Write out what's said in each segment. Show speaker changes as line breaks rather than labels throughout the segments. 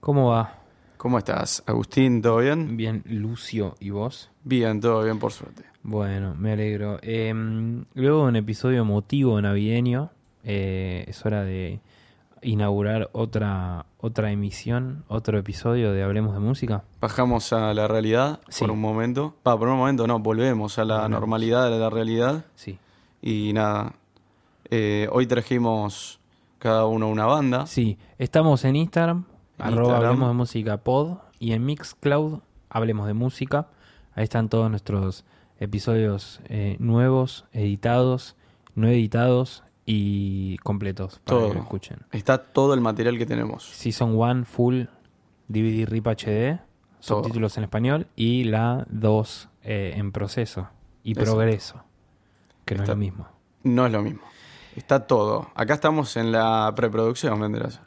¿Cómo va?
¿Cómo estás, Agustín? ¿Todo bien?
Bien, Lucio, ¿y vos?
Bien, todo bien, por suerte.
Bueno, me alegro. Eh, luego de un episodio emotivo navideño, eh, es hora de inaugurar otra, otra emisión, otro episodio de Hablemos de Música.
Bajamos a la realidad
Sí.
por un momento. Va, por un momento no, volvemos a la
Volvemos.
normalidad, a la realidad.
Sí.
Y nada, eh, hoy trajimos cada uno una banda.
Sí, estamos en Instagram,
Ah. En
arroba
Instagram.
Hablemos de Música Pod, y en Mixcloud, Hablemos de Música. Ahí están todos nuestros episodios eh, nuevos, editados, no editados y completos para
Todo.
que lo escuchen.
Está todo el material que tenemos.
Season 1 Full DVD RIP HD, subtítulos en español y la 2 eh, en proceso y
Exacto.
progreso, que no
Está-
es lo mismo.
No es lo mismo. Está todo. Acá estamos en la preproducción, vendrás.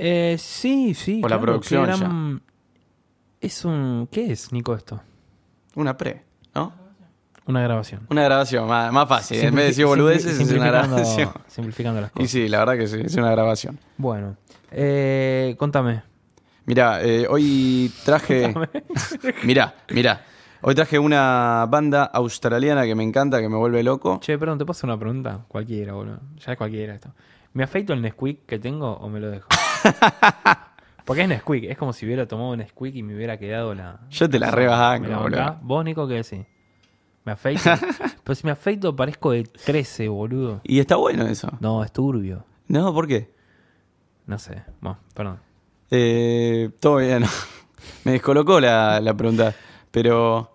Eh, sí, sí.
O la
qué
producción
Es un... ¿Qué es, Nico, esto?
Una pre, ¿no?
Una grabación.
Una grabación, más, más fácil. Ah, En vez de decir
Simplifi-
boludeces, es una
simplificando-
grabación.
Simplificando las
Y
cosas.
sí, la verdad que sí, es una grabación.
Bueno, eh, contame.
Mirá, eh, hoy traje. mirá, mirá. Hoy traje una banda australiana que me encanta, que me vuelve loco.
Che, perdón, ¿te puedo hacer una pregunta? Cualquiera, boludo. Ya es cualquiera esto. ¿Me afeito el Nesquik que tengo o me lo dejo? Porque es Nesquik. Es como si hubiera tomado un Nesquik y me hubiera quedado la...
Yo te la rebajan,
¿Me la
boludo.
bancás? ¿Vos, Nico, qué decís? ¿Me afeito? Pero si me afeito parezco de 13, boludo.
Y está bueno eso.
No, es turbio.
No, ¿por qué?
No sé. Bueno, perdón.
Eh, todo bien. me descolocó la, la pregunta. Pero.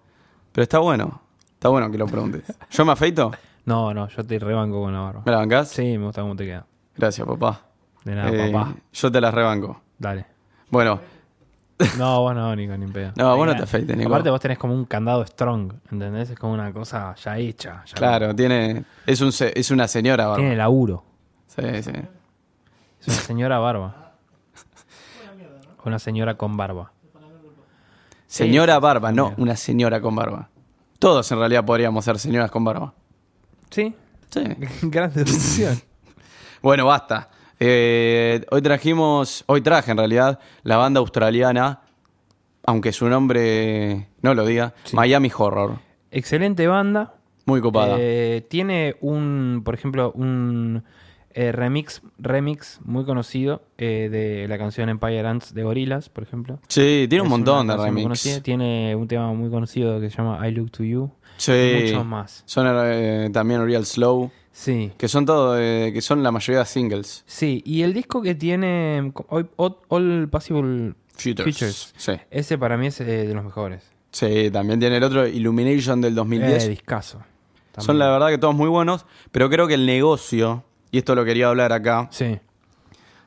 Pero está bueno. Está bueno que lo preguntes. ¿Yo me afeito?
No, no, yo te rebanco con la barba.
¿Me la bancás?
Sí, me gusta cómo te queda.
Gracias, papá.
De nada,
Eh,
papá.
Yo te las rebanco.
Dale.
Bueno,
No, vos no, Nico, ni en pedo.
No, vos no
Ahí,
te afeites, Nico.
Aparte vos tenés como un candado strong, ¿entendés? Es como una cosa ya hecha. ya-
claro, tiene. Es, un, se- es una señora, barba.
Tiene laburo.
Sí, sí.
Es una señora barba. Una señora con barba.
Señora barba, no,
señora.
una señora con barba. Todos en realidad podríamos ser señoras con barba.
Sí,
Sí.
gran deducción.
Bueno, basta. Eh, hoy trajimos, hoy traje en realidad la banda australiana, aunque su nombre no lo diga, Miami Horror.
Excelente banda.
Muy copada.
Eh, tiene un, por ejemplo, un eh, remix, remix muy conocido eh, de la canción Empire Ants de Gorillaz, por ejemplo.
sí, tiene un
Es
montón
una
de
canción muy
remix.
conocida. Tiene un tema muy conocido que se llama I Look to You.
Sí.
Muchos más.
Son eh, también Real Slow,
Sí.
que son todo, eh, que son la mayoría de singles.
Sí, y el disco que tiene co- All, All- All Possible
Futures.
Features.
Sí.
ese para mí es eh, de los mejores.
Sí, también tiene el otro Illumination del 2010.
Eh, discazo. También.
Son la verdad que todos muy buenos, pero creo que el negocio, y esto lo quería hablar acá,
Sí,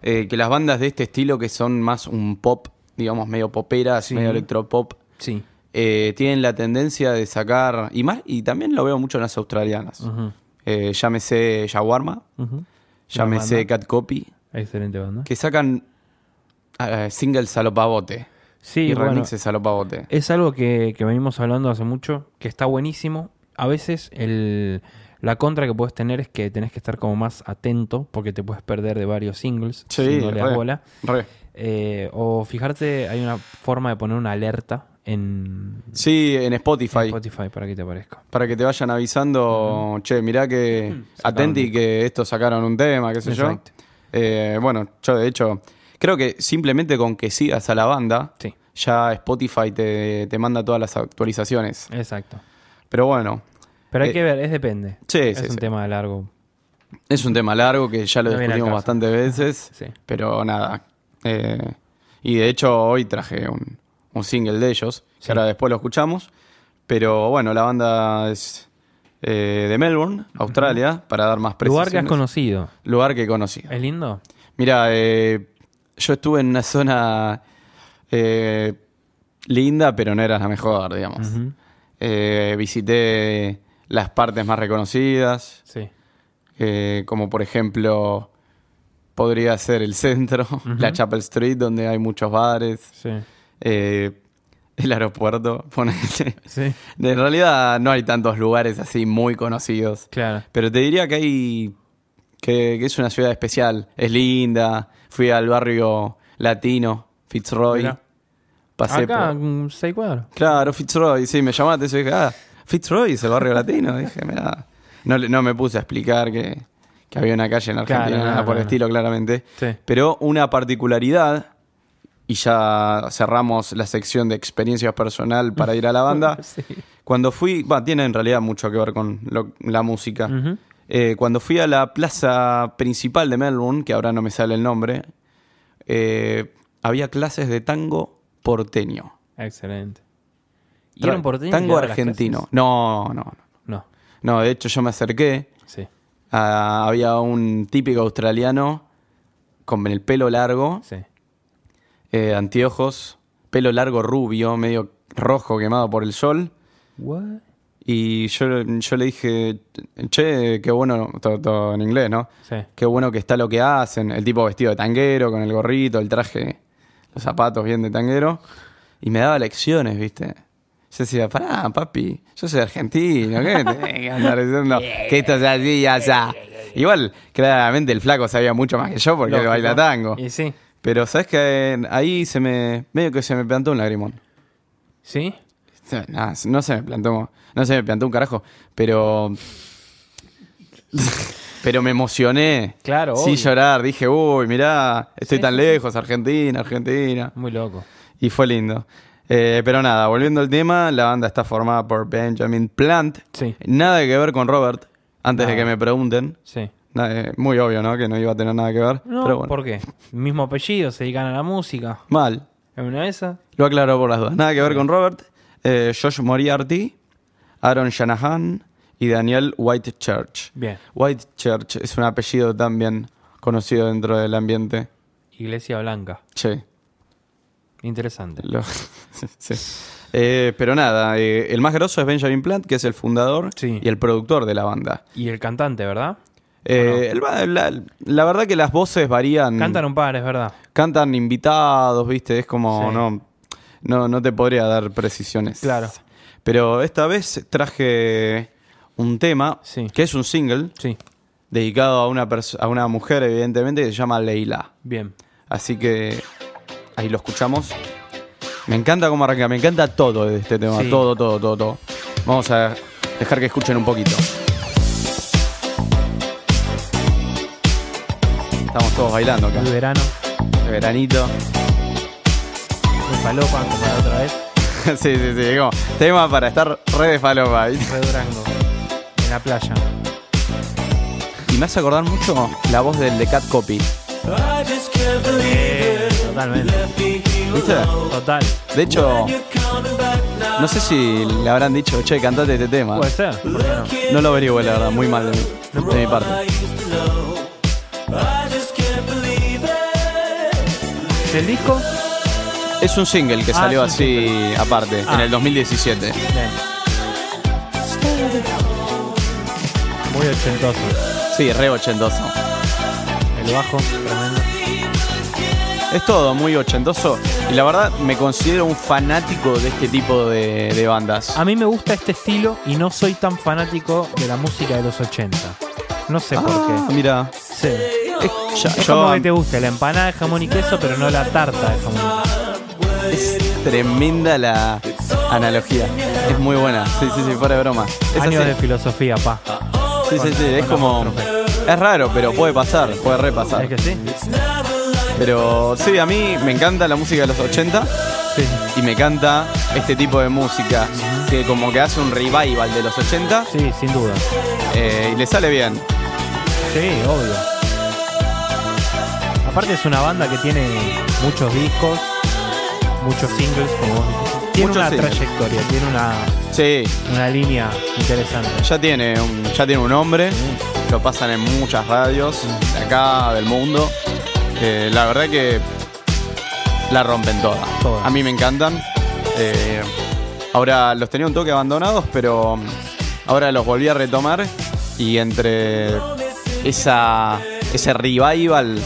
eh, que las bandas de este estilo que son más un pop, digamos medio poperas,
Sí.
medio electropop,
sí.
eh, tienen la tendencia de sacar, y más, y también lo veo mucho en las australianas,
Ujú,
Eh, llámese Jaguarma,
ujú.
llámese
banda.
Cat Copy,
Excelente banda.
que sacan eh, singles a lo pavote
Sí,
y
bueno,
remixes a lo pavote.
es algo que, que venimos hablando hace mucho, que está buenísimo. A veces el, la contra que puedes tener es que tenés que estar como más atento porque te puedes perder de varios singles si no le das
re,
bola.
re.
Eh, o fijarte, hay una forma de poner una alerta en
Sí, en
en
Spotify.
Spotify para que te aparezca.
Para que te vayan avisando, che, mirá que atenti que estos sacaron un tema, qué sé
Exacto.
yo. Eh, bueno, yo de hecho, creo que simplemente con que sigas a la banda,
Sí,
ya Spotify te, te manda todas las actualizaciones.
exacto.
Pero bueno,
Pero hay
Eh,
que ver, es depende.
sí,
es
sí,
un
sí.
tema largo.
es un tema largo que ya lo
No viene al
discutimos
caso.
bastantes veces,
Sí.
pero nada. Eh, y de hecho hoy traje un, un single de ellos, que
Sí.
ahora después lo escuchamos. Pero bueno, la banda es eh, de Melbourne, Australia, para dar más
Lugar que has
precisiones.
conocido.
Lugar que he conocido.
¿Es lindo?
Mira, yo estuve en una zona eh, linda, pero no era la mejor, digamos.
Ujú.
Eh, visité las partes más reconocidas,
Sí.
eh, como por ejemplo podría ser el centro, la Chapel Street, donde hay muchos bares,
Sí.
eh, el aeropuerto. ponele.
Sí.
en realidad no hay tantos lugares así muy conocidos.
Claro.
Pero te diría que hay. que, que es una ciudad especial. Es linda. Fui al barrio latino Fitzroy.
Mirá.
Pasé
Acá,
por-
mm, seis cuadros.
Claro, Fitzroy, sí, me llamaste, yo dije, ah, Fitzroy es el barrio latino. Dije, mirá. No, le- no me puse a explicar que, que había una calle en
Claro,
Argentina,
no,
nada por
no,
el
no.
estilo, claramente.
Sí.
Pero una particularidad, y ya cerramos la sección de experiencias personal para ir a la banda.
Sí.
Cuando fui, va, tiene en realidad mucho que ver con lo- la música.
Ujú.
Eh, cuando fui a la plaza principal de Melbourne, que ahora no me sale el nombre, eh, había clases de tango porteño.
Excelente. ¿Y
Tra-
era un porteño que
Tango
daba las
argentino.
clases?
No, no, no.
No,
No, de hecho yo me acerqué.
sí,
a- había un típico australiano con el pelo largo,
sí.
eh, anteojos, pelo largo rubio, medio rojo quemado por el sol.
What?
Y yo, yo le dije, che, qué bueno, todo, todo en inglés, ¿no?
Sí.
Qué bueno que está lo que hacen. El tipo vestido de tanguero, con el gorrito, el traje, los zapatos bien de tanguero. Y me daba lecciones, ¿viste? Yo decía, pará, papi, yo soy argentino, ¿qué me tenés que andar diciendo que esto es así y allá? Igual, claramente el flaco sabía mucho más que yo porque él
Lógico.
baila tango.
Y sí.
Pero sabes que ahí se me, medio que se me plantó un lagrimón.
¿Sí?
No, no, no se me plantó. No se me plantó un carajo. Pero. pero me emocioné.
Claro,
Sí,
obvio.
llorar. Dije, uy, mirá, estoy
Sí,
tan
sí,
lejos, Argentina, Argentina.
Muy loco.
Y fue lindo. Eh, pero nada, volviendo al tema, la banda está formada por Benjamin Plant.
Sí.
Nada que ver con Robert, antes de
Nada.
que me pregunten.
Sí.
Nada, eh, muy obvio, ¿no? Que no iba a tener nada que ver.
No,
pero bueno.
¿por qué? Mismo apellido, se dedican a la música.
Mal.
¿En una de esas?
Lo aclaro por las dudas. Nada que ver con Robert. Eh, Josh Moriarty, Aaron Shanahan y Daniel Whitechurch.
Bien.
Whitechurch es un apellido también conocido dentro del ambiente.
Iglesia Blanca.
Che.
Interesante.
lo- sí. Eh, pero nada, eh, el más grosso es Benjamin Plant, que es el fundador
Sí.
y el productor de la banda.
Y el cantante, ¿verdad?
Eh, el va- la, la verdad que las voces varían.
Cantan un par, es verdad.
cantan invitados, ¿viste? Es como,
Sí.
no, no, no te podría dar precisiones.
Claro.
Pero esta vez traje un tema
Sí.
que es un single
Sí.
dedicado a una, pers- a una mujer, evidentemente, que se llama Leila.
Bien.
Así que ahí lo escuchamos. Me encanta cómo arranca, me encanta todo de este tema,
Sí.
todo, todo, todo, todo. Vamos a dejar que escuchen un poquito. Estamos todos bailando acá.
El verano.
De veranito.
Me falopa antes para otra vez.
sí, sí, sí. como tema para estar re de falopa. ¿viste?
Re Durango. En la playa.
Y me hace acordar mucho la voz del de Cat Copy.
I just can't believe it.
Totalmente.
Left me here
¿Viste?
alone.
Total.
De hecho,
You're coming back now.
no sé si le habrán dicho, che, cantate este tema.
Puede ser. ¿Por qué no?
No lo averiguo, la verdad, muy mal de mi, de mi
I
parte.
used to know. I just can't believe it.
¿Del disco?
Es un single que
Ah,
salió
es un
así aparte, en
Ah.
el 2017.
Bien. Muy ochentoso.
Sí, re ochentoso.
El bajo, tremendo.
Es todo muy ochentoso. Y la verdad, me considero un fanático de este tipo de, de bandas.
A mí me gusta este estilo y no soy tan fanático de la música de los 80. No sé por
Ah,
qué.
mira.
Sí.
Es, ya-
Es
yo-
como que te gusta la empanada de jamón y queso, pero no la tarta de jamón.
es tremenda la analogía. Es muy buena. Sí, sí, sí, fuera de broma. Es
Años
así.
de filosofía, pa.
Sí, sí, sí, es
con
como...
otro
Es raro, pero puede pasar, puede repasar.
¿Sabes que sí?
Pero sí, a mí me encanta la música de los 80
Sí.
y me encanta este tipo de música que como que hace un revival de los 80
Sí, sin duda.
eh, y le sale bien.
Sí, obvio. Aparte es una banda que tiene muchos discos, muchos singles, como vos dijiste. Tiene
Muchos
una
singles.
trayectoria, tiene una,
Sí,
una línea interesante.
ya tiene un, ya tiene un nombre, lo pasan en muchas radios de acá, del mundo. Eh, la verdad que la rompen toda.
Todas.
A mí me encantan. Eh, ahora los tenía un toque abandonados, pero um, ahora los volví a retomar y entre esa, ese revival,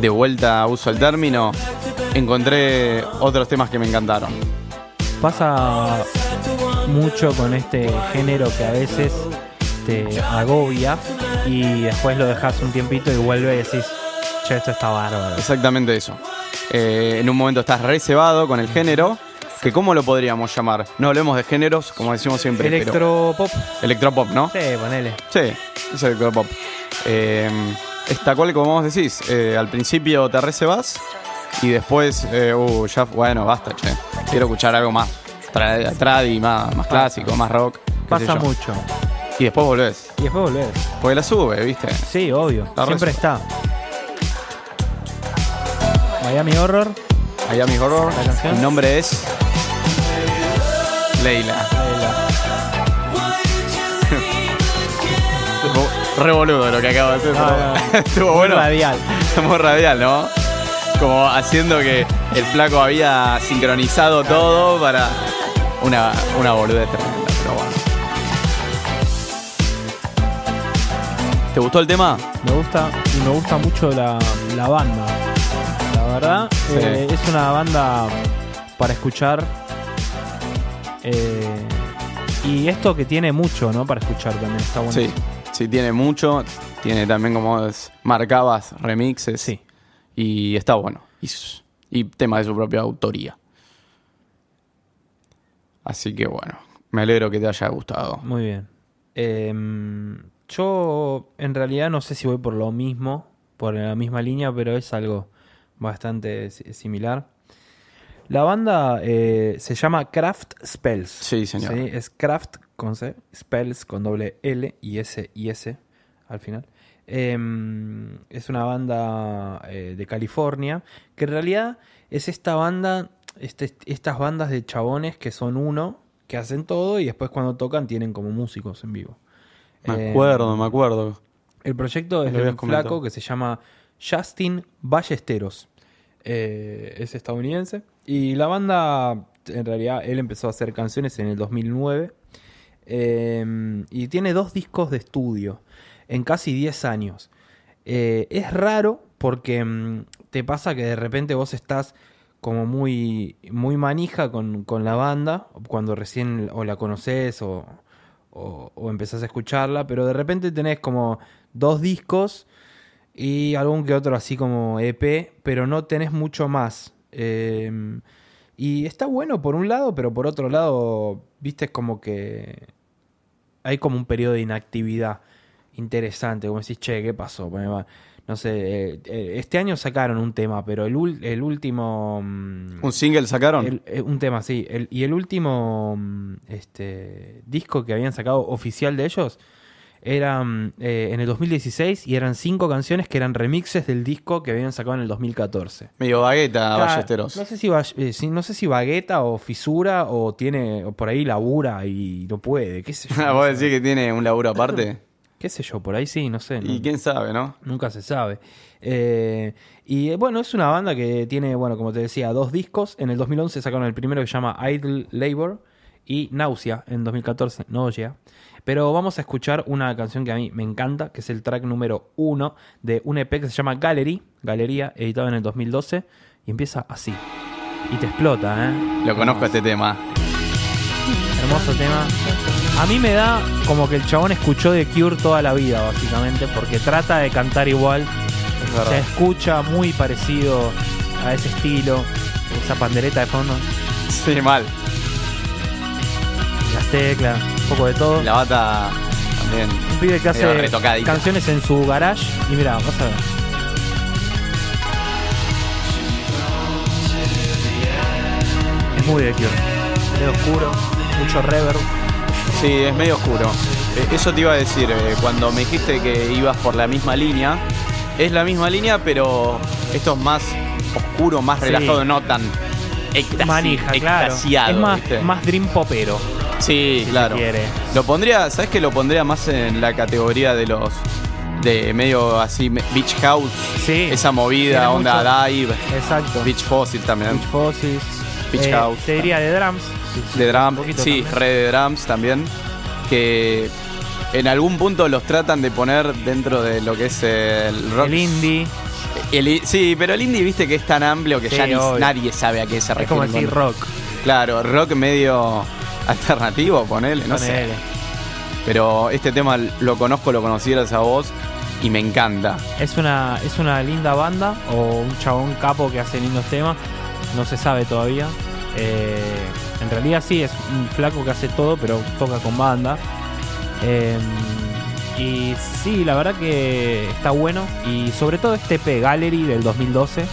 de vuelta uso el término, encontré otros temas que me encantaron.
Pasa mucho con este género que a veces te agobia y después lo dejas un tiempito y vuelve y decís, che, esto está bárbaro.
Exactamente eso. eh, en un momento estás recebado con el género, que cómo lo podríamos llamar. No hablemos de géneros, como decimos siempre. pero-
Electropop.
electropop, ¿no?
Sí, ponele.
Sí, es electropop. Eh, esta cual, como vos decís, eh, al principio te recebas y después, eh, uh, ya, bueno, basta, che. Quiero escuchar algo más tra- tradi, más, más clásico, más rock. qué sé
Pasa
yo.
mucho.
Y después volvés.
Y después volvés.
Porque la sube, ¿viste?
Sí, obvio.
La
Siempre está. Miami Horror. eh,
Miami Horror.
¿La canción?
Mi nombre es. Leila. Estuvo Revoludo lo que acabo de hacer.
No,
pero-
no, no.
Estuvo bueno.
Radial.
Muy radial, ¿no? Como haciendo que el flaco había sincronizado todo para una, una boludez tremenda, pero bueno. ¿Te gustó el tema?
Me gusta y me gusta mucho la, la banda. La verdad,
Sí.
eh, es una banda para escuchar. eh, y esto que tiene mucho, ¿no? Para escuchar también está bueno.
Sí, sí, tiene mucho. Tiene también, como es- marcabas, remixes.
Sí.
Y está bueno. Y, s- y tema de su propia autoría. Así que bueno, me alegro que te haya gustado.
Muy bien. Em, yo en realidad no sé si voy por lo mismo, por la misma línea, pero es algo bastante si- similar. La banda eh, se llama Craft Spells.
Sí, señor.
Es Craft con C, Spells con doble L y S y S al final. Em, es una banda eh, de California que en realidad es esta banda, este- estas bandas de chabones que son uno, que hacen todo y después cuando tocan tienen como músicos en vivo.
Me
Em,
acuerdo, me acuerdo.
el proyecto es
Lo
de
habías
un flaco
comentado.
que se llama Justin Ballesteros. Eh, es estadounidense. Y la banda, en realidad, él empezó a hacer canciones en el 2009. Eh, y tiene dos discos de estudio en casi 10 años. Eh, es raro porque mm, te pasa que de repente vos estás como muy, muy manija con, con la banda, cuando recién o la conoces o, o, o empezás a escucharla, pero de repente tenés como dos discos y algún que otro así como EP, pero no tenés mucho más. Eh, y está bueno por un lado, pero por otro lado, viste, es como que hay como un periodo de inactividad interesante, como decís, che, ¿qué pasó? Ponele, va, No sé, eh, eh, este año sacaron un tema, pero el, ul- el último... mm,
¿Un single sacaron?
el- eh, un tema, sí. El- y el último mm, este, disco que habían sacado oficial de ellos era mm, eh, en el 2016 y eran cinco canciones que eran remixes del disco que habían sacado en el 2014.
Medio bagueta,
Claro,
Ah, Ballesteros.
No sé, si Ball- eh, si- no sé si Bagueta o Fisura o tiene o por ahí labura y no puede, qué sé yo.
Ah, ¿Vos decís que tiene un laburo aparte?
Qué sé yo, por ahí sí, no sé. no-
Y quién sabe, ¿no?
Nunca se sabe. Eh, y eh, bueno, es una banda que tiene, bueno, como te decía, dos discos. En el 2011 sacaron el primero que se llama Idle Labor y Nausea en 2014, Nausea. Pero vamos a escuchar una canción que a mí me encanta, que es el track número uno de un EP que se llama Gallery, Galería, editado en el 2012. Y empieza así. Y te explota, ¿eh?
Lo conozco este tema.
Hermoso tema. A mí me da como que el chabón escuchó The Cure toda la vida, básicamente, porque trata de cantar igual.
Es
Se
verdad.
escucha muy parecido a ese estilo, esa pandereta de fondo,
Sí, mal.
las teclas, un poco de todo.
Y La bata también.
Un pibe que
medio
hace
retocadita.
canciones en su garage y mira, vas a ver. Es muy de Cure. Medio oscuro, mucho reverb.
Sí, es medio oscuro. Eh, Eso te iba a decir, eh, cuando me dijiste que ibas por la misma línea, es la misma línea, pero esto es más oscuro, más
Sí.
relajado, no tan extasi-
Manija, claro.
extasiado,
Es más,
¿viste?
más dream popero.
Sí,
si
claro.
se quiere.
Lo pondría, ¿sabes que Lo pondría más en la categoría de los. de medio así, me- Beach House.
Sí.
Esa movida,
Tiene
onda dive.
Exacto.
Beach Fossil también.
Beach Foxes.
Beach
Eh,
House.
Te diría de drums.
de
un
drums,
poquito
sí,
también.
red de drums también, que en algún punto los tratan de poner dentro de lo que es el rock.
El indie.
El i- sí, pero el indie viste que es tan amplio que
Sí,
ya ni-
obvio.
nadie sabe a qué se refiere.
Es como decir
con-
rock.
Claro, rock medio alternativo, ponele, no sé.
ponele.
Pero este tema lo conozco, lo conocieras a vos y me encanta.
Es una, es una linda banda o un chabón capo que hace lindos temas. No se sabe todavía. Eh, en realidad sí, es un flaco que hace todo, pero toca con banda. Eh, y sí, la verdad que está bueno. Y sobre todo este P Gallery del 2012.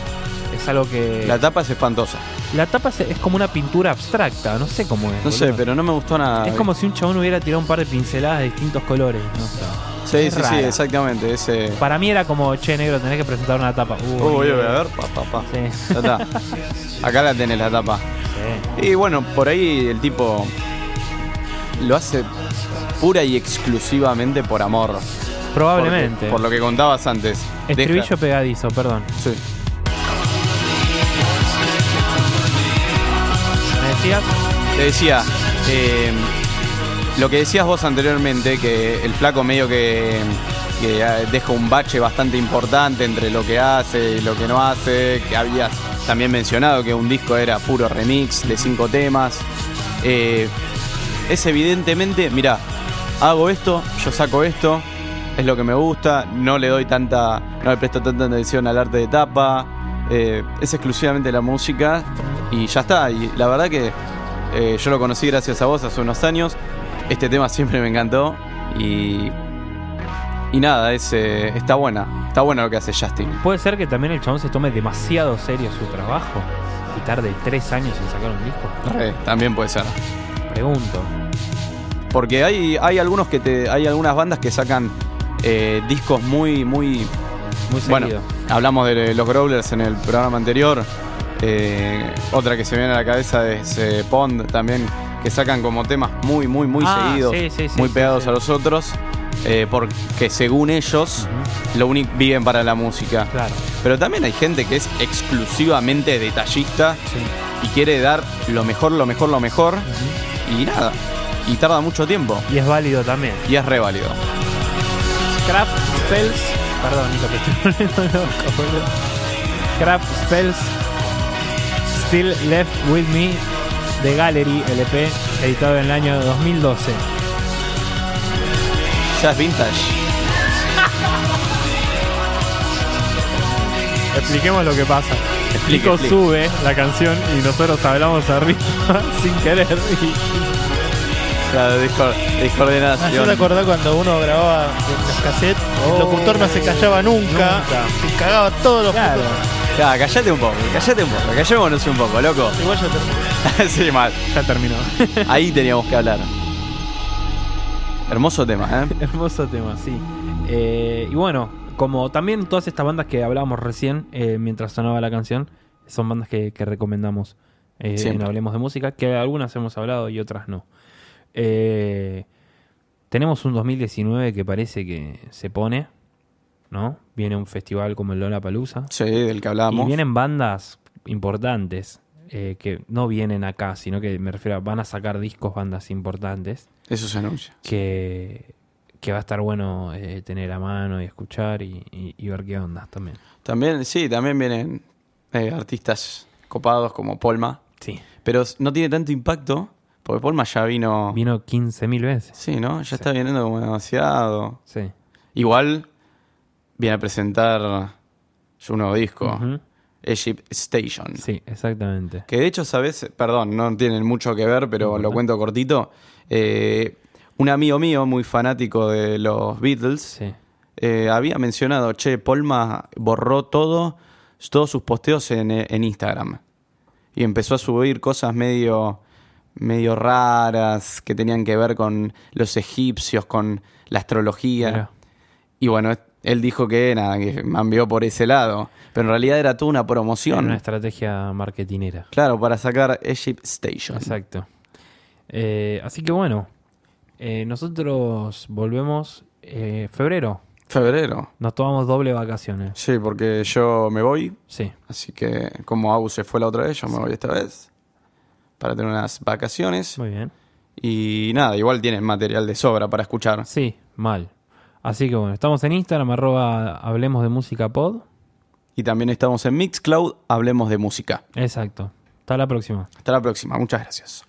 Es algo que...
La tapa es espantosa.
la tapa se- es como una pintura abstracta, no sé cómo es.
No sé,
boludo.
pero no me gustó nada.
Es como si un chabón hubiera tirado un par de pinceladas de distintos colores. No sé.
Sí,
es
sí, sí,
rara.
exactamente. Ese.
Para mí era como, che, negro, tenés que presentar una tapa. Uy,
Oh, voy a ver, pa, pa, pa.
Sí,
Ya está. Acá la tenés la tapa.
sí.
Y bueno, por ahí el tipo lo hace pura y exclusivamente por amor.
Probablemente.
Porque- por lo que contabas antes. Deja-
Estribillo pegadizo, perdón.
Sí.
¿Me decías?
Te decía, eh, lo que decías vos anteriormente, que el flaco medio que, que, ah, deja un bache bastante importante entre lo que hace y lo que no hace, que habías también mencionado que un disco era puro remix de cinco temas. Eh, es evidentemente, mira, hago esto, yo saco esto, es lo que me gusta, no le doy tanta, no le presto tanta atención al arte de tapa, eh, es exclusivamente la música y ya está. Y la verdad que eh, yo lo conocí gracias a vos hace unos años, este tema siempre me encantó y y nada, es, eh, está buena, está bueno lo que hace Justin.
Puede ser que también el chabón se tome demasiado serio su trabajo y tarde tres años en sacar un disco.
Re, también puede ser.
Pregunto.
Porque hay, hay algunos que te, hay algunas bandas que sacan eh, discos muy, muy
Muy seguido.
Bueno, hablamos de los Growlers en el programa anterior. Eh, otra que se viene a la cabeza es eh, Pond también, que sacan como temas muy, muy, muy
Ah,
seguidos,
sí, sí, sí,
muy
sí,
pegados
sí.
a los otros, eh, porque según ellos, lo único viven para la música.
Claro.
Pero también hay gente que es exclusivamente detallista
Sí.
y quiere dar lo mejor, lo mejor, lo mejor,
Ujú.
y nada, y tarda mucho tiempo,
Y es válido también.
y es re válido.
Craft Spells. Perdón, Nico, que estoy volviendo loco, boludo. Craft Spells. Still Left With Me. De Gallery LP. Editado en el año 2012.
Ya es vintage.
Expliquemos lo que pasa.
Explique,
Nico
explique.
sube la canción y nosotros hablamos arriba sin querer. Y
La discor-
Ah, yo
discoordinación.
te acordás cuando uno grababa en los cassettes,
Oh,
el locutor no se callaba nunca,
nunca.
se cagaba todos los
Claro.
putos.
Ya, callate un poco, callate un poco, callémonos un poco, loco.
Igual yo te-
sí, mal.
ya terminó.
Ahí teníamos que hablar. Hermoso tema, ¿eh?
Hermoso tema, sí. Eh, y bueno, como también todas estas bandas que hablábamos recién eh, mientras sonaba la canción, son bandas que, que recomendamos eh, en
Siempre.
Hablemos de Música, que algunas hemos hablado y otras no. Eh, tenemos un 2019 que parece que se pone, ¿no? Viene un festival como el Lola Palusa.
Sí, del que
Y
hablábamos.
vienen bandas importantes eh, que no vienen acá, sino que me refiero a van a sacar discos, bandas importantes
Eso se anuncia.
que, que va a estar bueno eh, tener a mano y escuchar y, y- y ver qué onda también.
También, sí, también vienen eh, artistas copados como Polma.
Sí.
Pero no tiene tanto impacto, porque Polma ya vino.
Vino 15.000 veces.
Sí, ¿no? Ya está viniendo como demasiado.
Sí.
Igual viene a presentar su nuevo disco,
Ujú.
Egypt Station.
Sí, exactamente.
Que de hecho, sabes, perdón, no tienen mucho que ver, pero
importa.
lo cuento cortito. Eh, un amigo mío, muy fanático de los Beatles,
Sí.
eh, había mencionado, che, Polma borró todo, todos sus posteos en, eh, en Instagram. Y empezó a subir cosas medio, medio raras que tenían que ver con los egipcios, con la astrología.
Mirá.
Y bueno, él dijo que nada, que envió por ese lado. Pero en realidad era toda una promoción.
Una estrategia marketinera.
Claro, para sacar Egypt Station.
Exacto. Eh, así que bueno, eh, nosotros volvemos eh, febrero.
Febrero.
Nos tomamos doble vacaciones.
Sí, porque yo me voy.
Sí.
Así que, como Abu se fue la otra vez, yo me voy esta vez. Para tener unas vacaciones.
Muy bien.
Y nada, igual tienen material de sobra para escuchar.
Sí, mal. Así que bueno, estamos en Instagram, arroba hablemos de música pod.
Y también estamos en Mixcloud, hablemos de música.
Exacto. Hasta la próxima.
Hasta la próxima, muchas gracias.